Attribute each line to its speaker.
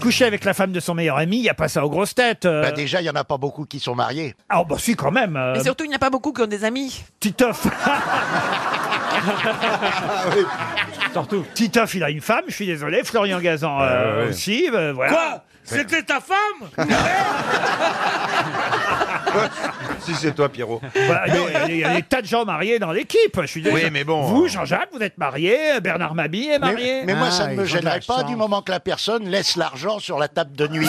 Speaker 1: coucher avec la femme de son meilleur ami, il n'y a pas ça aux grosses têtes. euh.
Speaker 2: Bah déjà, il n'y en a pas beaucoup qui sont mariés.
Speaker 1: Ah bah si quand même. euh, Ah
Speaker 3: Et surtout, il n'y a pas beaucoup qui ont des amis.
Speaker 1: Titoff. Titoff, il a une femme, je suis désolé. Florian Gazan euh, aussi. euh, voilà.
Speaker 4: Quoi C'était ta femme
Speaker 5: Si c'est toi, Pierrot.
Speaker 1: Voilà, non, Bah, Il y a- il y, a des tas de gens mariés dans l'équipe. Je suis désolé.
Speaker 5: Oui, mais bon.
Speaker 1: Vous, Jean-Jacques, vous êtes marié. Bernard Mabille est
Speaker 2: Mais,
Speaker 1: marié.
Speaker 2: mais moi,
Speaker 6: Ah,
Speaker 2: ça ne me
Speaker 6: ils ont de la
Speaker 2: gênerait pas
Speaker 6: chance.
Speaker 2: du moment que la personne laisse l'argent sur la table de nuit.